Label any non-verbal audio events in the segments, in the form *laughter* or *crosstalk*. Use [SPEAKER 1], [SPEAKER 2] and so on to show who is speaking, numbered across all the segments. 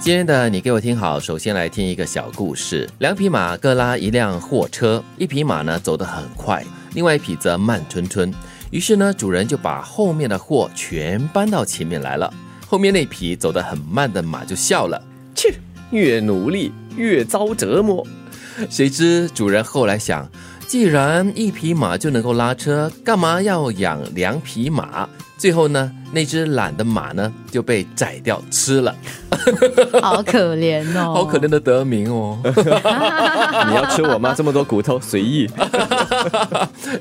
[SPEAKER 1] 今天的你给我听好，首先来听一个小故事。两匹马各拉一辆货车，一匹马呢走得很快，另外一匹则慢吞吞。于是呢，主人就把后面的货全搬到前面来了。后面那匹走得很慢的马就笑了，
[SPEAKER 2] 切，越努力越遭折磨。
[SPEAKER 1] 谁知主人后来想，既然一匹马就能够拉车，干嘛要养两匹马？最后呢，那只懒的马呢就被宰掉吃了，
[SPEAKER 3] 好可怜哦，
[SPEAKER 1] 好可怜的德明哦。
[SPEAKER 2] *laughs* 你要吃我吗？这么多骨头，随意。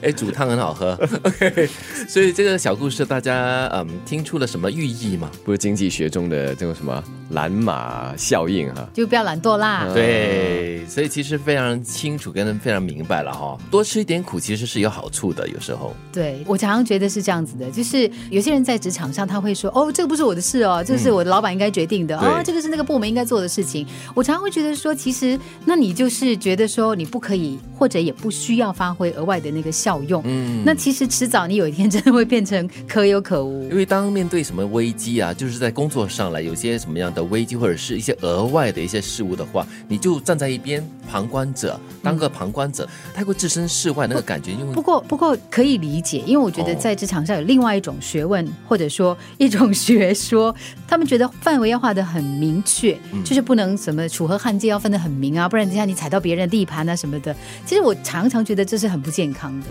[SPEAKER 1] 哎，煮汤很好喝。OK，所以这个小故事大家嗯听出了什么寓意吗？
[SPEAKER 2] 不是经济学中的这个什么蓝马效应哈、呃
[SPEAKER 3] 就不要懒惰啦。
[SPEAKER 1] 对，嗯所以其实非常清楚跟非常明白了哈、多吃一点苦其实是有好处的，有时候
[SPEAKER 3] *laughs* 对我常常觉得是这样子的，就是有些人在职场上他会说，哦，这个不是我的事哦，这个是我的老板应该决定的，
[SPEAKER 2] 嗯对
[SPEAKER 3] 哦，这个是那个部门应该做的事情。我常常会觉得说，其实那你就是觉得说你不可以或者也不需要发挥额外的那个效用，嗯，那其实迟早你有一天真的会变成可有可无
[SPEAKER 1] 因。为当面对什么危机啊，就是在工作上来有些什么样的危机或者是一些额外的一些事物的话，你就站在一边旁观者，当个旁观者，太过置身事外那个感觉，因为
[SPEAKER 3] 不过，不过可以理解，因为我觉得
[SPEAKER 1] 哦
[SPEAKER 3] 在职场上有另外一种学问，或者说一种学说，他们觉得范围要画得很明确，就是不能什么楚河汉界要分得很明啊，不然等一下你踩到别人的地盘啊什么的。其实我常常觉得这是很不健康的。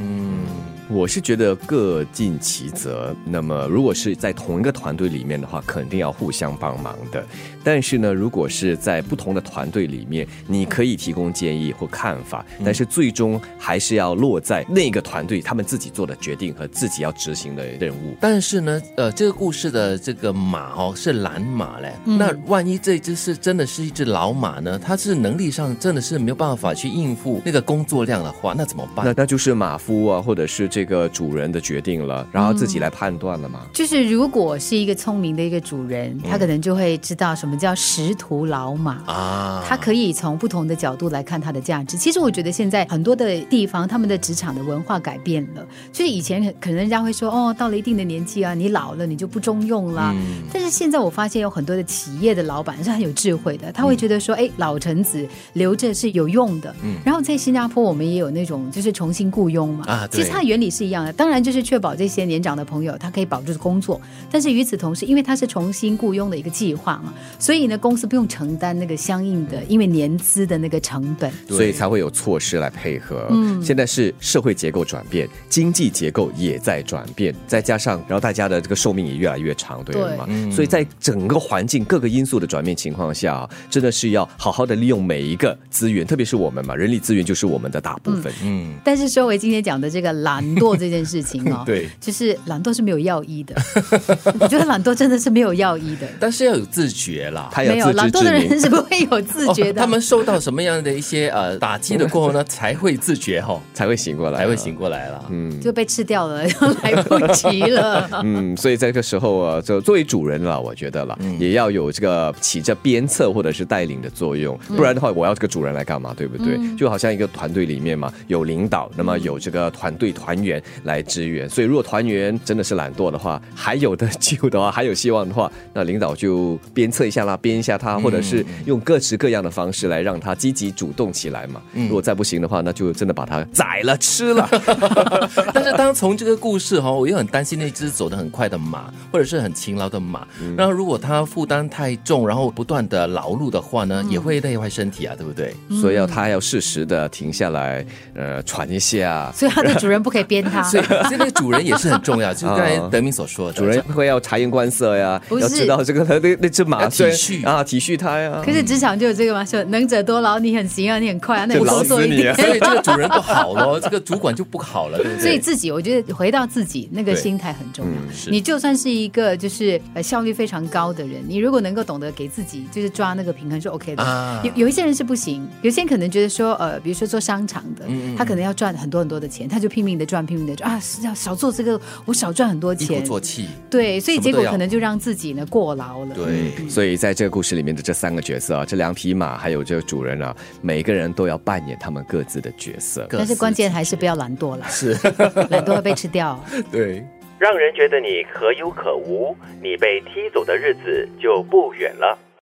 [SPEAKER 2] 我是觉得各尽其责。那么，如果是在同一个团队里面的话，肯定要互相帮忙的。但是呢，如果是在不同的团队里面，你可以提供建议或看法，但是最终还是要落在那个团队他们自己做的决定和自己要执行的任务。
[SPEAKER 1] 但是呢，呃，这个故事的这个马哦是蓝马嘞，
[SPEAKER 3] 嗯
[SPEAKER 1] 那万一这只是真的是一只老马呢？它是能力上真的是没有办法去应付那个工作量的话，那怎么
[SPEAKER 2] 那
[SPEAKER 1] 办？
[SPEAKER 2] 那就是马夫啊，或者是这个主人的决定了，然后自己来判断了嘛。
[SPEAKER 3] 就是如果是一个聪明的一个主人，他可能就会知道什么叫识途老马。
[SPEAKER 1] 啊，
[SPEAKER 3] 他可以从不同的角度来看它的价值。其实我觉得现在很多的地方，他们的职场的文化改变了，就是以前可能人家会说，哦，到了一定的年纪啊，你老了，你就不中用啦。但是现在我发现有很多的企业的老板是很有智慧的，他会觉得说，哎、老臣子留着是有用的。然后在新加坡，我们也有那种就是重新雇佣嘛，
[SPEAKER 1] 啊对
[SPEAKER 3] 其实它原理是一样的，当然就是确保这些年长的朋友他可以保住工作，但是与此同时，因为它是重新雇佣的一个计划嘛，所以呢，公司不用承担那个相应的因为年资的那个成本。
[SPEAKER 2] 所以才会有措施来配合。嗯，现在是社会结构转变，经济结构也在转变，再加上然后大家的这个寿命也越来越长，对
[SPEAKER 3] 对
[SPEAKER 2] 吗？所以在整个环境各个因素的转变情况下啊，真的是要好好的利用每一个资源，特别是我们嘛，人力资源就是我们的大部分。，
[SPEAKER 1] 嗯，
[SPEAKER 3] 但是说回今天讲的这个懒惰这件事情哦
[SPEAKER 2] *laughs* 对，
[SPEAKER 3] 就是懒惰是没有药医的，我觉得懒惰真的是没有药医的。
[SPEAKER 1] 但是要有自觉啦。
[SPEAKER 2] *laughs*
[SPEAKER 1] 哦
[SPEAKER 2] 他
[SPEAKER 3] 没
[SPEAKER 2] 要
[SPEAKER 3] 有
[SPEAKER 2] 自
[SPEAKER 3] 懒
[SPEAKER 2] 知
[SPEAKER 3] 惰的
[SPEAKER 2] 之明哦
[SPEAKER 3] 人。是不会有自觉的，
[SPEAKER 1] 他们受到什么样的一些呃打击了过后呢，才会自觉
[SPEAKER 3] *laughs*
[SPEAKER 1] 哈、哦，
[SPEAKER 2] 才会醒
[SPEAKER 3] 啊
[SPEAKER 2] 过来，
[SPEAKER 1] 才会醒。过来了。
[SPEAKER 3] 就被吃掉了， *laughs* 来不及了。
[SPEAKER 2] *laughs* 嗯，所以在这个时候啊，就作为主人了，我觉得了，也要有这个起着鞭策或者是带领的作用，不然的话，我要这个主人来干嘛？对不对？就好像一个团队里面嘛，有领导，那么有这个团队团员来支援。所以如果团员真的是懒惰的话，还有的救的话，还有希望的话，那领导就鞭策一下啦，鞭一下他，或者是用各式各样的方式来让他积极主动起来嘛。如果再不行的话，那就真的把他宰了吃了。
[SPEAKER 1] *laughs* 但是当从这个故事哈、哦，我又很担心那只走得很快的马，或者是很勤劳的马，
[SPEAKER 3] 嗯
[SPEAKER 1] 然后如果它负担太重，然后不断的劳碌的话
[SPEAKER 3] 嗯
[SPEAKER 1] 呢，也会累坏身体啊，对不对？
[SPEAKER 2] 所以要他要适时的停下来，呃，喘一下。
[SPEAKER 3] 所以它的主人不可以鞭它。
[SPEAKER 1] 所以，所以那个主人也是很
[SPEAKER 3] *laughs*
[SPEAKER 1] 重要，就是刚才
[SPEAKER 2] 啊
[SPEAKER 1] 德明所说的，
[SPEAKER 2] 主人会要察言观色呀，
[SPEAKER 3] 不是
[SPEAKER 2] 要知道这个他那 *laughs* 那只马
[SPEAKER 1] 要体
[SPEAKER 2] 虽然
[SPEAKER 1] 恤
[SPEAKER 2] 啊，体恤它呀。
[SPEAKER 3] 可是职场就有这个嘛，说能者多劳，你很行啊，你很快啊，那
[SPEAKER 2] 就
[SPEAKER 3] 你
[SPEAKER 2] 劳
[SPEAKER 3] 多做
[SPEAKER 2] 死
[SPEAKER 3] 一
[SPEAKER 2] 你
[SPEAKER 3] 点
[SPEAKER 2] 啊。
[SPEAKER 1] 所以这个主人不好咯，这个主管就不好了，对不
[SPEAKER 3] 所以
[SPEAKER 1] 对？
[SPEAKER 3] 自己，我觉得回到自己那个
[SPEAKER 1] 对
[SPEAKER 3] 心态很重要。
[SPEAKER 1] 是
[SPEAKER 3] 你就算是一个就是呃效率非常高的人，你如果能够懂得给自己就是抓那个平衡是 OK 的。
[SPEAKER 1] 啊
[SPEAKER 3] 有有一些人是不行，有些人可能觉得说呃，比如说做商场的，
[SPEAKER 1] 嗯
[SPEAKER 3] 他可能要赚很多很多的钱，他就拼命的赚，拼命的赚啊，是要少做这个，我少赚很多
[SPEAKER 1] 一鼓
[SPEAKER 3] 钱。
[SPEAKER 1] 作气，
[SPEAKER 3] 对，所以
[SPEAKER 1] 什么
[SPEAKER 3] 结
[SPEAKER 1] 都
[SPEAKER 3] 果
[SPEAKER 1] 要
[SPEAKER 3] 可能就让自己呢过劳了。
[SPEAKER 1] 对。
[SPEAKER 2] 所以在这个故事里面的这三个角色啊，这两匹马还有这个主人啊，每个人都要扮演他们各自的角色。
[SPEAKER 1] 各
[SPEAKER 3] 但是
[SPEAKER 1] 司
[SPEAKER 3] 关键
[SPEAKER 1] 其
[SPEAKER 3] 还是不要懒惰了，
[SPEAKER 1] 是
[SPEAKER 3] 懒惰会被吃
[SPEAKER 1] *laughs*
[SPEAKER 3] 掉。
[SPEAKER 1] 对。
[SPEAKER 4] 让人觉得你可有可无，你被踢走的日子就不远了。